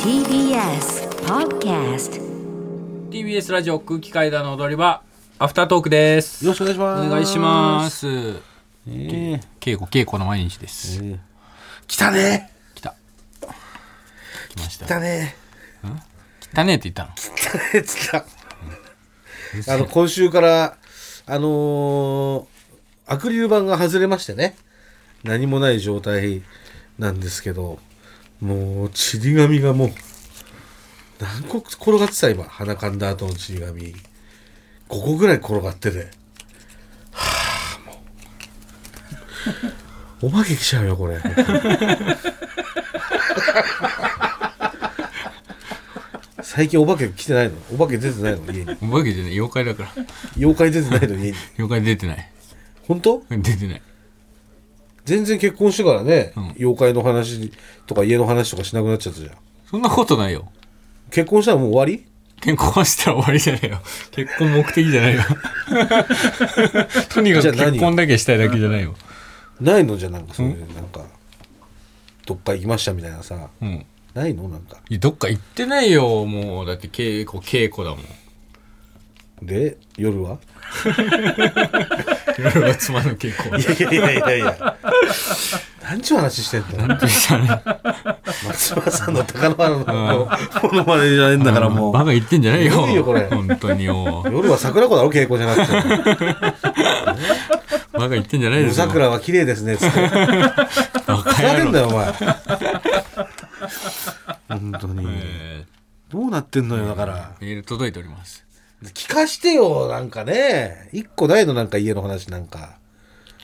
TBS Podcast TBS ラジオ空気階段の踊り場アフタートークですよろしくお願いします。お願いしますえ稽古稽古の毎日でえすええ来たね来た来まし来たたね汚ねえって言ったの来たね来た。あの、今週から、あのーアクリル板が外れましてね。何もない状態なんですけど、もう、ちり紙がもう、何個転がってた今。鼻かんだ後のちり紙。5個ぐらい転がってて。は あ、もう。お化け来ちゃうよ、これ。最近お化け来てないのお化け出てないの家に。覚えてない妖怪だから妖怪出てないの家に。妖怪出てない本当出てない全然結婚してからね、ん妖怪の話とか家の話とかしなくなっちゃったじゃん。そんなことないよ結婚したらもう終わり健康したら終わりじゃないよ結婚目的じゃ ないよとにかじゃくあ何結婚だけしたいだけじゃないよないのじゃなんかそういう、なんか、どっか行きましたみたいなさ。うんないのなんか。いやどっか行ってないよもうだって稽古稽古だもんで、夜は夜がつまんの稽古 いやいやいやいや。何ちゅう話してんのでしたね松葉さんの高野花のものまねじゃねえんだからもバう。カ言ってんじゃないひよどいよこれ本当によ夜は桜子だろ稽古じゃなくて。バカ言ってんじゃないで夜すよ桜は綺 麗ですね。つって。バふカざけ野郎んなよ、お前。本当に。えどうなってんのよ、だからー。メール届いております聞かしてよ、なんかね。一個ないの、なんか家の話なんか。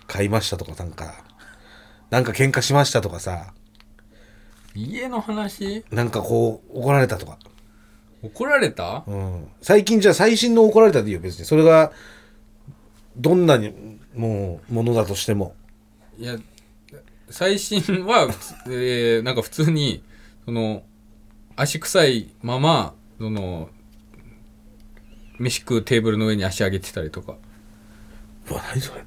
買いましたとか、なんか。なんか喧嘩しましたとかさ。家の話なんかこう、怒られたとか。怒られたうん。最近じゃあ最新の怒られたでいいよ、別に。それが、どんなに、もう、ものだとしても。いや最新は、えーなんか普通にその足臭いままその飯食うテーブルの上に足上げてたりとかうわ、何それ。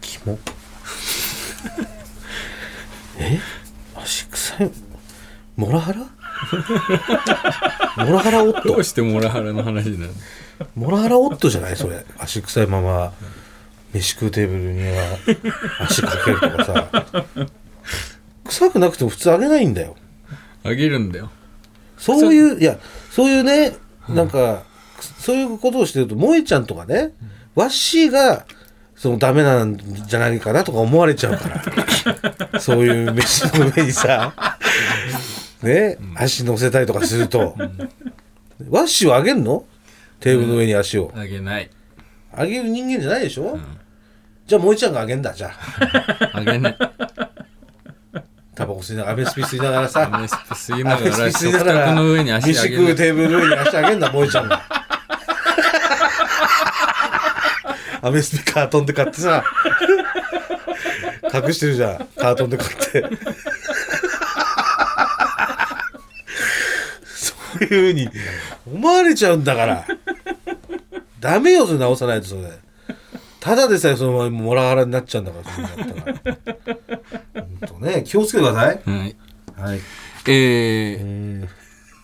キモ。 え足臭い。モラハラモラハラオッどトうしてモラハラの話なのモラハラオットじゃないそれ。足臭いまま、飯食うテーブルには足かけるとかさ。臭くなくても普通あげないんだよ。上げるんだよそういう、いや、そういうね、なんか、くそういうことをしてると、萌えちゃんとかね、ワッシーが、そのダメなんじゃないかなとか思われちゃうから。 そういう飯の上にさ、ね、足乗せたりとかすると、ワッシーはあげんのテーブルの上に足を。上げないあげる人間じゃないでしょ、じゃあ萌えちゃんがあげんだ、じゃあ。上げないタバコ吸いながら、アメスピ吸いながら さ。飯吸いアなメがらスピ食吸いながら卓の上に足飯上食げうるテーブルの上に足上げんだ、萌えちゃ んが。アメスピカートンで買ってさ。隠してるじゃん、カートンで買って。そういうふうに思われちゃうんだから。ダメよ、それ直さないと、それ。ただでさえそのままモラハラになっちゃうんだから、そんなのやったら。ほんとね、気をつけてください。はいはい。えー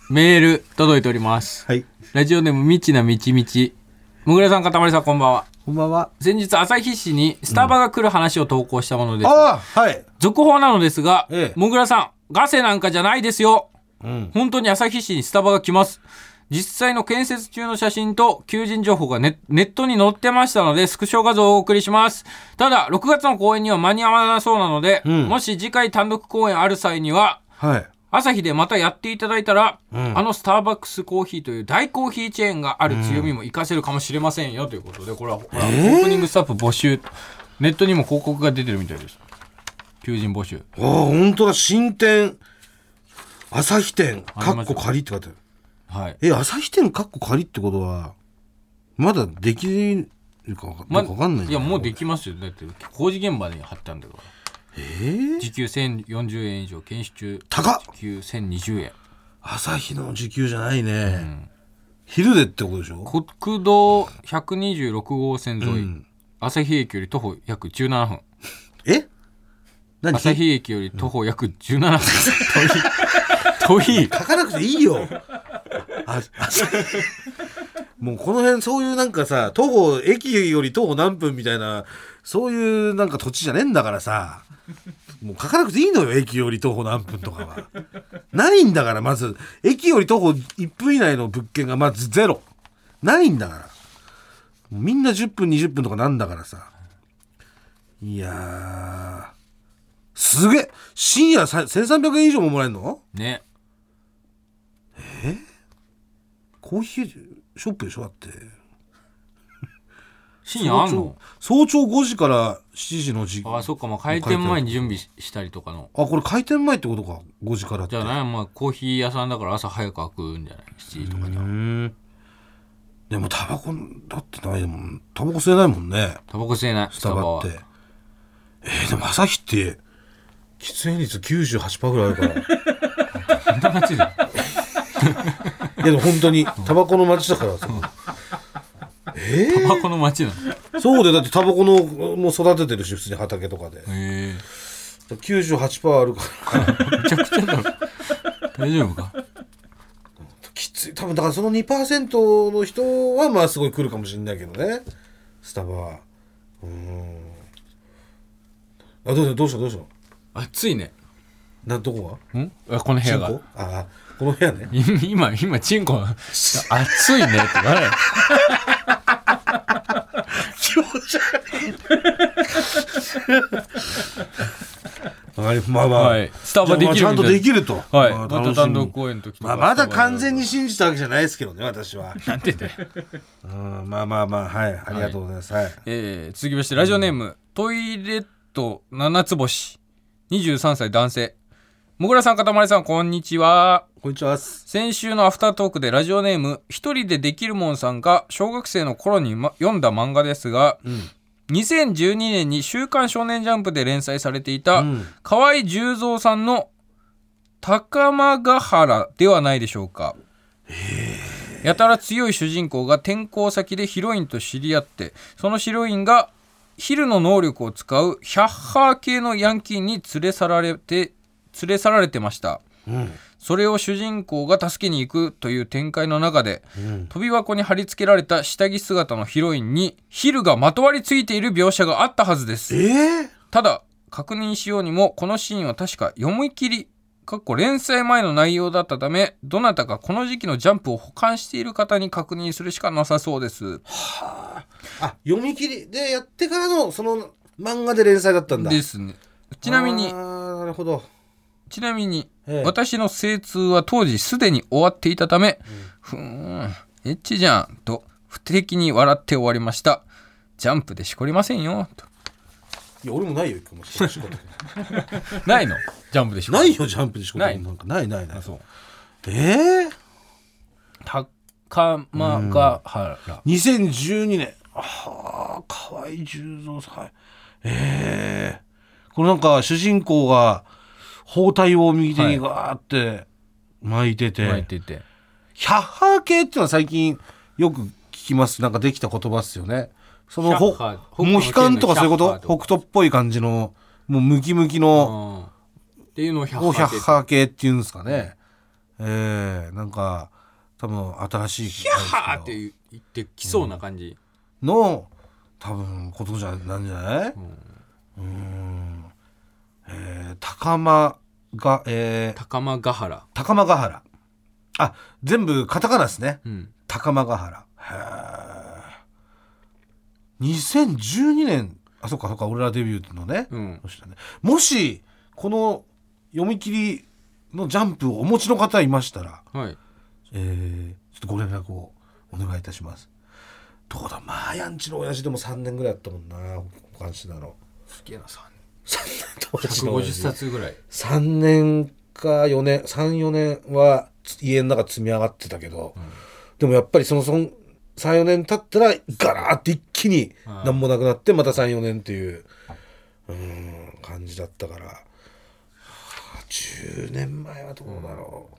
メール届いております、はい。ラジオネームみちなみちみちもぐらさんかたまりさんこんばんはこんばんは。先日朝日市にスタバが来る話を投稿したものです、ああ、はい。続報なのですが、ええもぐらさんガセなんかじゃないですようん。本当に朝日市にスタバが来ます実際の建設中の写真と求人情報がネネットに載ってましたのでスクショ画像をお送りしますただ6月の公演には間に合わなそうなので、んもし次回単独公演ある際にははい。朝日でまたやっていただいたら、んあのスターバックスコーヒーという大コーヒーチェーンがある強みも活かせるかもしれませんよということで、これは、ほらオープニングスタッフ募集。ネットにも広告が出てるみたいです。求人募集。ああ、本当だ、新店。朝日店、あカりまッすよコ仮って書いてある。はい。え、朝日店、カッコ仮ってことは、まだできるかわかまなんかわかんないいや、もうできますよ。だって、工事現場に貼ってあるんだから。えー、時給1040円以上、研修中、高っ時給1020円。朝日の時給じゃないね。昼でってことでしょ国道126号線沿い、うん朝日駅より徒歩約17分。え何朝日駅より徒歩約17分。遠い。遠い。書かなくていいよ。あ、あもうこの辺そういうなんかさ、徒歩、駅より徒歩何分みたいな、そういうなんか土地じゃねえんだからさ、もう書かなくていいのよ、駅より徒歩何分とかは。ないんだから、まず、駅より徒歩1分以内の物件がまずゼロ。ないんだから。もうみんな10分、20分とかなんだからさ。いやー。すげえ深夜さ1300円以上ももらえるのね。コーヒーショップでしょだって深夜あんの早朝5時から7時の時ああ、そっか、まあ開店前に準備ししたりとかの。あこれ開店前ってことか5時からってじゃあね、まあコーヒー屋さんだから朝早く開くんじゃない ?7 時とかにうは。んでもタバコだってないもんタバコ吸えないもんねタバコ吸えない、ススタタババっはて。えー、でも朝日って喫煙率98%ぐらいあるから本 当の街で。いやでも本当にタバコの街だからさえタバコの街なの。へー、そうでだってタバコのもう育ててるし普通に畑とかでえ。 98%あるかめらちゃくちゃだろ。大丈夫かきつい多分だからその2%の人はまあすごい来るかもしれないけどねスタバはうーんあどうしたどうしたどうした暑いね。などこんあこの部が屋チンがコ。ああこの部屋ね今、今、チンコ、 暑いねって誰気持ち悪いまあまあ、はいスタバできるじゃあまあちゃんとできるとはい。まあま楽しみた単独公演の時とかまあ、まだ完全に信じたわけじゃないですけどね私はなんて言ってうんまあまあまあはいありがとうございます、はいえー続きましてラジオネーム、トイレット七つ星23歳男性もぐらさんかたまりさんこんにちはこんにちは先週のアフタートークでラジオネーム一人でできるもんさんが小学生の頃に、ま、読んだ漫画ですが、2012年に「週刊少年ジャンプ」で連載されていたうん河合十三さんの「高間ヶ原」ではないでしょうか。やたら強い主人公が転校先でヒロインと知り合ってそのヒロインがヒルの能力を使うヒャッハー系のヤンキーに連れ去られて連れ去られてました。うんそれを主人公が助けに行くという展開の中で、うん飛び箱に貼り付けられた下着姿のヒロインにヒルがまとわりついている描写があったはずでえすー、ただ確認しようにもこのシーンは確か読み切りかっこ連載前の内容だったためどなたかこの時期のジャンプを保管している方に確認するしかなさそうですあ読み切りでやってからのその漫画で連載だったんだですねちなみあにーなるほどちなみに、ええ私の精通は当時すでに終わっていたため、ふーん、エッチじゃん、と、不敵に笑って終わりました。ジャンプでしこりませんよ、と。いや俺もないよ一個も仕事ないのジャンプでしこ ないよジャンプで仕事ないなんかないないないあそう。ええ高間が原。 2012年はあ河合十三さんはいええこれなんか主人公が包帯を右手にガーって巻いてて、巻いてて。ヒャッハー系っていうのは最近よく聞きます。なんかできた言葉っすよね。その、ほヒャッハーモヒカンとかそういうこ北と斗の拳のヒャッハーってこ北斗っぽい感じの、もうムキムキの、うん。っていうのを100をヒャッハハー系っていうんですかね。ええなんか、多分新しい。ヒャーって言ってきそうな感じ。の、多分、ことじゃ、なんじゃなんいうーん。えー、高間が、えー、高間が原。高間ヶ原。あ、全部カタカナですね。うん。高間ヶ原へえ2012年あそっかそっか俺らデビューのね,、うんそしたねもしこの読み切りのジャンプをお持ちの方いましたら、はい。えーちょっとご連絡をお願いいたしますどうだまあやんちの親父でも3年ぐらいだったもんな保管してたのすげえな、3 3年と親父の150冊ぐらい。 3年か4年34年はつ家の中積み上がってたけど、でもやっぱりそのそん34年経ったらガラーって一気にうん何もなくなってまた34年っていううーん感じだったからはあ10年前はどうだろ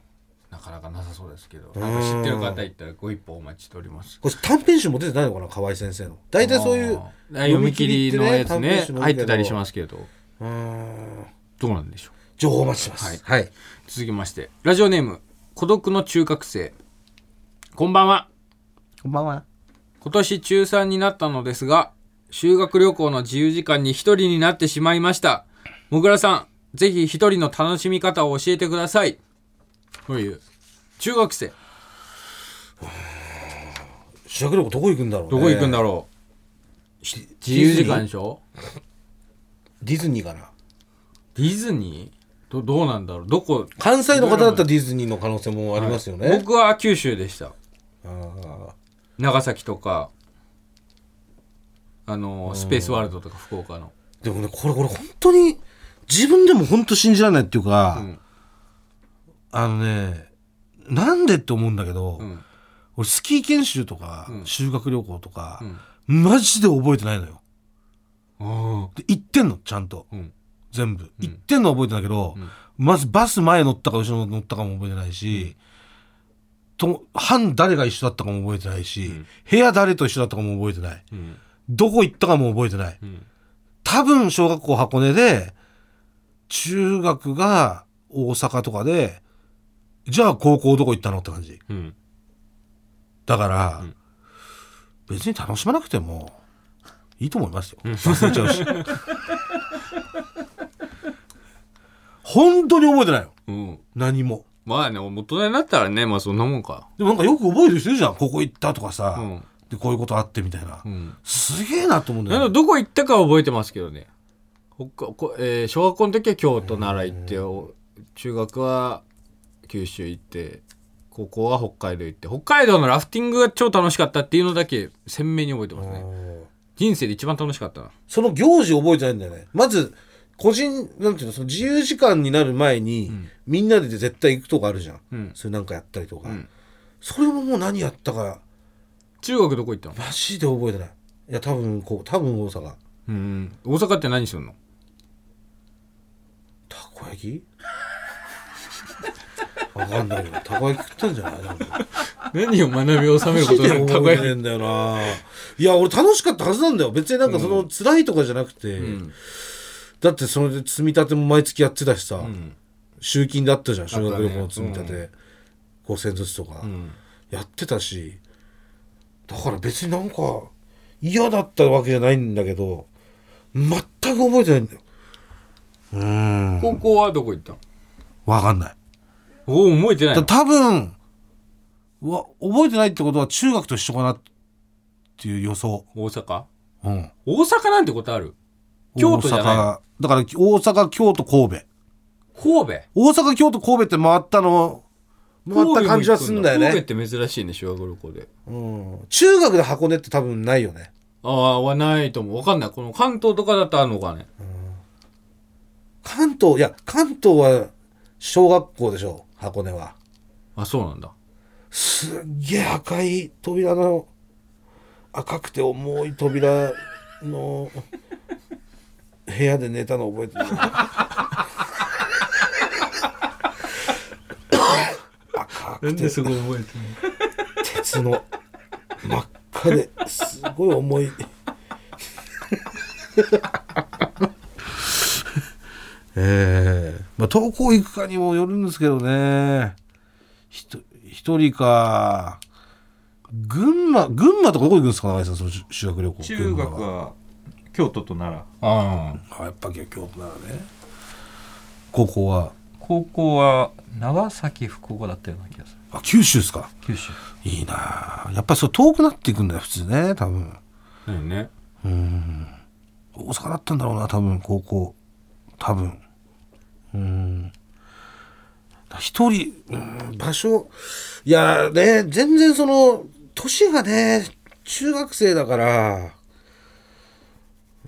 う、なかなかなさそうですけど。なんか知ってる方いったらご一報お待ちしております。これ短編集も出てないのかな河合先生の大体そういうあー読み切りのやつね短編集も多入いっけどてたりしますけどうーんどうなんでしょう情報お待ちしてます。はい。続きましてラジオネーム孤独の中学生こんばんはこんばんは。今年中3になったのですが修学旅行の自由時間に一人になってしまいましたもぐらさんぜひ一人の楽しみ方を教えてくださいという中学生修学旅行どこ行くんだろうね。どこ行くんだろろう、し自ィ由ズニー時間でしょう。ディズニーかな。ディズニーどどうなんだろうどこ関西の方だったらディズニーの可能性もありますよね。僕は九州でしたあー長崎とかあのスペースワールドとか福岡のでもね、これ、これ本当に、自分でも本当信じられないっていうか、んあのね、なんでって思うんだけど、ん俺スキー研修とか、修学旅行とか、マジで覚えてないのよ。あで行ってんの、ちゃんと。ん全部。行ってんのは覚えてないけど、まずバス前乗ったか後ろ乗ったかも覚えてないし、と班誰が一緒だったかも覚えてないし、部屋誰と一緒だったかも覚えてない。んどこ行ったかも覚えてない。ん多分小学校箱根で、中学が大阪とかで、じゃあ高校どこ行ったのって感じ。うんだから、別に楽しまなくてもいいと思いますよ。忘れちゃうし。本当に覚えてないよ。うん何も。まあね大人になったらねまあそんなもんかでもなんかよく覚えてる人いるじゃん。ここ行ったとかさ、うんでこういうことあってみたいな。うんすげえなと思うんだなよ、のね。どこ行ったかは覚えてますけどね北海こ、えー小学校の時は京都奈良行ってお中学は九州行って高校は北海道行って北海道のラフティングが超楽しかったっていうのだけ鮮明に覚えてますねうん人生で一番楽しかったなその行事覚えてないんだよね。まず、個人、なんていうの、その自由時間になる前に、みんなで絶対行くとこあるじゃん。うんそれなんかやったりとか。んそれももう何やったか、中学どこ行ったのマジで覚えてない。いや、多分こう、多分大阪。うん大阪って何するのたこ焼き わかんないけど、たこ焼き食ったんじゃないなんか。何を学びを収めることマジな でのたこ覚え焼てきねえんだよな。いや、俺楽しかったはずなんだよ。別になんかその、辛いとかじゃなくて、んだってそれで積み立ても毎月やってたしさ、ん集金だったじゃん、修学旅行あっのた積ねみ立て、5000ずつとか、んやってたし、だから別になんか、嫌だったわけじゃないんだけど、全く覚えてないんだよ。うーん。高校はどこ行ったのわかんない。おお覚えてないだの多分わ覚えてないってことは中学と一緒かなっていう予想、大阪うん、大阪なんてことある京都じゃない大阪だから大阪京都神戸神戸大阪京都神戸って回ったの回った感じはすんだよ神ね、戸って珍しいね修学旅行でうん、中学で箱根って多分ないよねああはないと思うわかんないこの関東とかだったらあるのかね関東いや関東は小学校でしょ箱根はあそうなんだすっげえ赤い扉の赤くて重い扉の部屋で寝たの覚え てる赤なんですごい覚えて鉄の真っ赤ですごい重い ええまあ投稿行くかにもよるんですけどねひと一人か群馬群馬とかどこ行くんですか中井さんその修修学旅行中群学馬は京都と奈良ああやっぱ京都ならね高校は高校は長崎福岡だったような気がするあ九州ですか九州いいなあやっぱりそう遠くなっていくんだよ普通ね多分あね大阪だったんだろうな多分高校多分うーん一人うーん場所いやね全然その年がね中学生だからう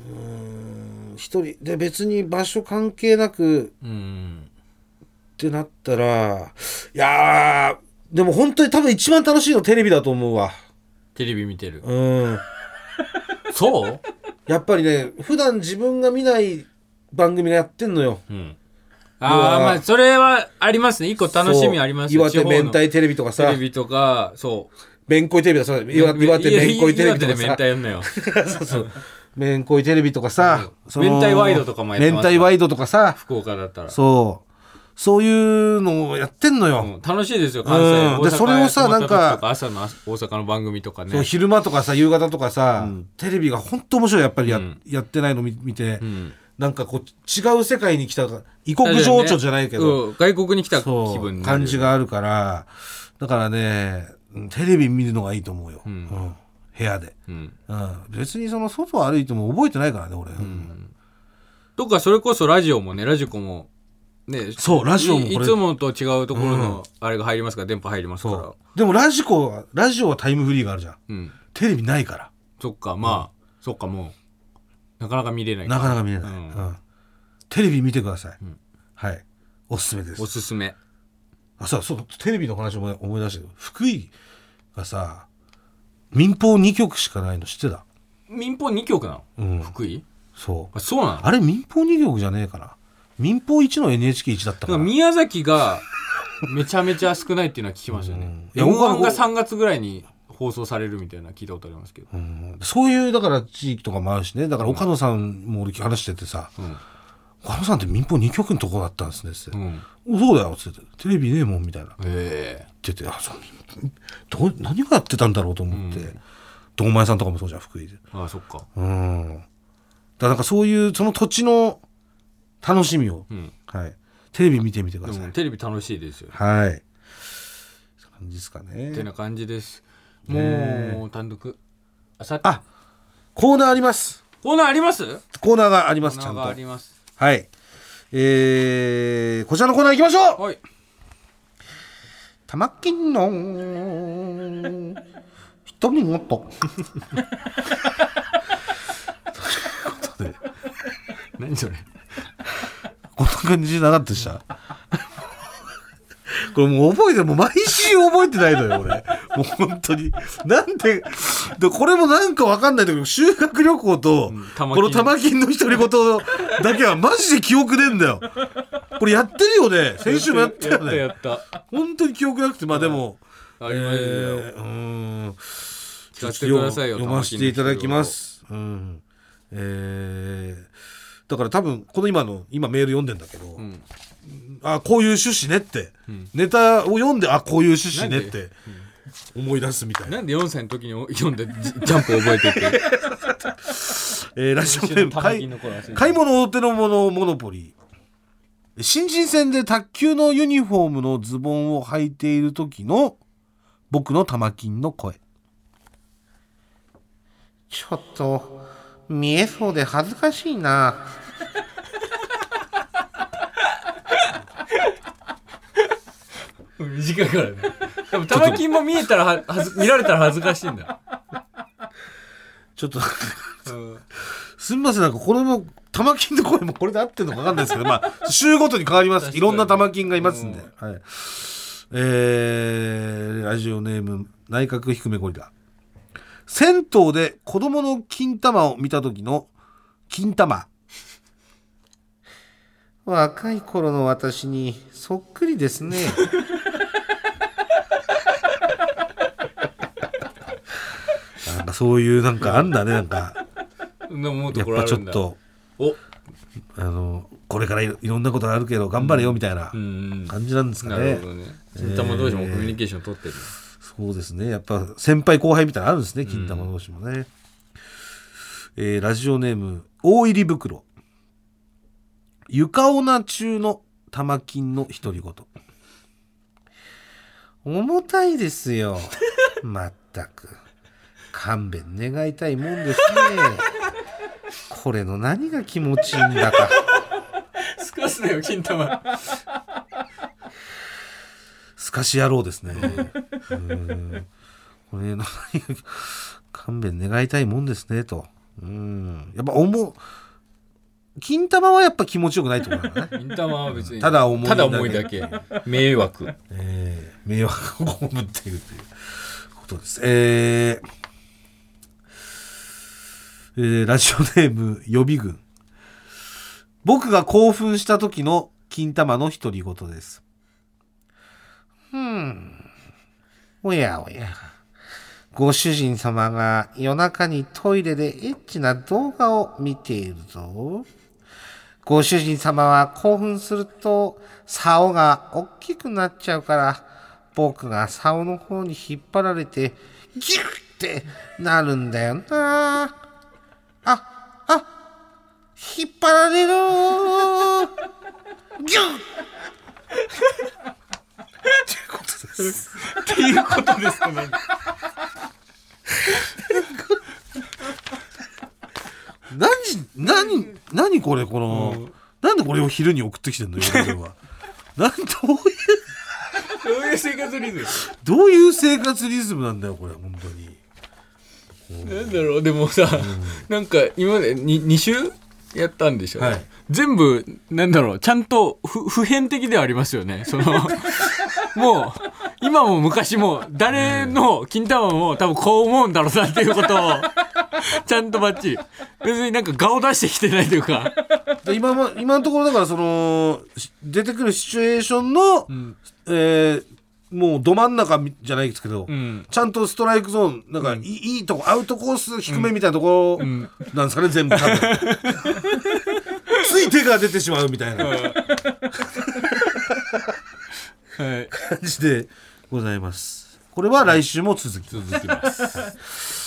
ーん一人で別に場所関係なくうんってなったらいやーでも本当に多分一番楽しいのテレビだと思うわテレビ見てるうんそうやっぱりね普段自分が見ない番組がやってんのようんああうわまあそれはありますね一個楽しみありますそうよ岩手地方の明太テレビとかテさレビとかそうめんこいテレビだそう岩岩手めんこいテレビと岩手で明か太やんなよさ そうそうめんこいテレビとかさ、うんその明太ワイドとかもやってます明太ワイドとかさ、福岡だったら。そう。そういうのをやってんのよ。うん楽しいですよ、関西。うんで大阪それをさ泊まった時となんか朝のあ大阪の番組とかそうね。昼間とかさ、夕方とかさ、テレビが本当面白い、やっぱりや,、んやってないの見見て、んなんかこう、違う世界に来た、異国情緒じゃないけど、うん外国に来た気そ分う、になる感じがあるから、だからね、うんテレビ見るのがいいと思うよ。うん部屋で。うんうん、別にその外歩いても覚えてないからね、俺。とか、それこそラジオもね、ラジコも。ね、そうラジオもいこれいつもと違うところの、あれが入りますから、電波入りますから。でもラジコは、ラジオはタイムフリーがあるじゃん。うん。テレビないから。そっか、まあ、そっか、もう、なかなか見れないなかなか見れない。ううんんテレビ見てください。はい。おすすめですお。すすめ。あ、そう、そう、テレビの話も思い出したけど、福井がさ、民放2局しかないの知ってた民放2局なうのん福井そう。あ、そうなのあれ民放2局じゃねえかな民放1の NHK1 だっただかからら。宮崎がめちゃめちゃ少ないっていうのは聞きましたうねん。いや m 1僕がは3月ぐらいに放送されるみたいな聞いたことありますけど。うんそういう、だから地域とかもあるしね。だから岡野さんも俺話しててさ、うん岡野さんって民放2局のとこだったんですねって。うん。おそうだよ、つって。テレビねえもん、みたいな。えってて、あ、そう、どう、何がやってたんだろうと思って。堂前さんとかもそうじゃん、福井で。えあそっか。うん。だからなんかそういう、その土地の楽しみを、うん。はい。テレビ見てみてでくださもい。テレビ楽しいですよ。はい。そんな感じですかってなね。感じです。もう単独。あさあコーナーあります。コーナーありますコーナーがありコます、ーちナーゃんと。があります。はい。えー、こちらのコーナー行きましょうはい。玉金 の一人ごと。 ということで、何それこんな感じじゃなかったでした。これもう覚えて、もう毎週覚えてないのよ、俺。もう本当に。なんで、でこれもなんかわかんないんだけど、修学旅行と、ん玉金この玉金の独り言だけはマジで記憶ねえんだよ。これやってるよね。先週もやったよね。やったやった。本当に記憶なくて、まあでも、ありましたよ。えーうーん聞かせてくださいよ読ませていただきます。うん。えーだから多分、この今の、今メール読んでんだけど、んあ、こういう趣旨ねって、ネタを読んで、あ、こういう趣旨ねって思い出すみたいな。なんで4歳の時に読んでジジャンプ覚えて て。えーラジオネーム玉金の頃忘れて買いた買い物大手のものモノポリー新人戦で卓球のユニフォームのズボンを履いている時の僕の玉金の声ちょっと見えそうで恥ずかしいな短いからね。 でも玉金も見えたらははず見られたら恥ずかしいんだ。ちょっとうんすみませんなんかこれも玉金の声もこれで合ってるのか分かんないですけどま あ週ごとに変わります確かにいろんな玉金がいますんで、はいえー、ラジオネーム内閣低めゴリラ銭湯で子供の金玉を見た時の金玉若い頃の私にそっくりで すねなんかそういうなんかあんだねなんかそんな思うやとっころあぱちるょっんだ。とお、あのこれからいろいろんなことあるけど頑張れよみたいなうん、感じなんですかなね、るほどね。金玉同士もコミュニケーション取ってる。そうですねやっぱ先輩後輩みたいなのあるんですね金玉同士もね、えーラジオネーム大入り袋床オナ中の玉金の独り言重たいで すよまったく勘弁願いたいもんですねこれの何が気持ちいいんだかすかすなよ金玉。すかし野郎ですね。うんこ れの勘弁願いたいもんですねと。うんやっぱ思う金玉はやっぱ気持ちよくないと思うからね。金玉は別に。ただ思いだたけだ思いだけ。迷惑。えー迷惑を被っているということです。えーえーラジオネーム予備軍僕が興奮した時の金玉の独り言です。うん。おやおや。ご主人様が夜中にトイレでエッチな動画を見ているぞ。ご主人様は興奮すると、竿が大きくなっちゃうから、僕が竿の方に引っ張られて、ギュッってなるんだよな。あ、あ、引っ張られるギュッっていうことですかね。何、何、何これ、この、なんでこれを昼に送ってきてんのよ、俺は。 なん、どういう、どういう生活リズどういう生活リズムなんだよ、これ、本当に。ムなんだろうでもさ、なんか今までに 2, 週やったんでしょ、はい全部なんだろうちゃんとふ普遍的ではありますよね そのもう今も昔も誰の金玉も多分こう思うんだろうなっていうことをちゃんとバッチリ別になんか顔出してきてないというかで今も、今のところ、だから、その、し出てくるシチュエーションの、えーもうど真ん中みじゃないですけど、んちゃんとストライクゾーン、なんかいい,、いいとこ、アウトコース低めみたいなところなんですかね、全部多分。 つい手が出てしまうみたいな感はいじでございます。これは来週も続きます。続きます、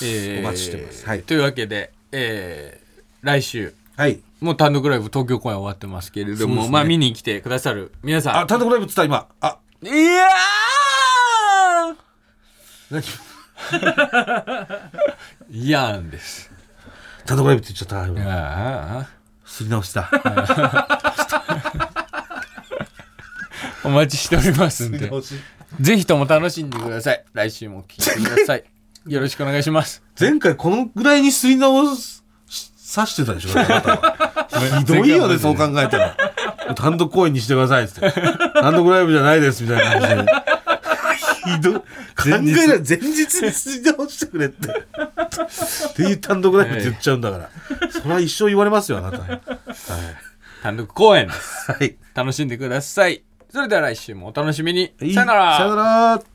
えーお待ちしてますはいというわけで、えー来週はい。もう単独ライブ東京公演終わってますけれどそうでも、すねまあ見に来てくださる皆さんあ、単独ライブっつった今。あ、いや何ーいやーんです単独ライブって言っちゃった。今あすり直した。ーお待ちしておりますんでぜひとも楽しんでください来週も聞いてくださいよろしくお願いします前回このぐらいにすり直す、刺して たでしょ、あなたはひどいよね、そう考えたら。単独公演にしてくださいっつって。単独ライブじゃないです、みたいな感じ で。ひどい。考えたら前日にすり直してくれって。っていう単独ライブって言っちゃうんだから。それは一生言われますよ、あなた。はい。単独公演ですはい。楽しんでくださいそれでは来週もお楽しみにさよなさよなら。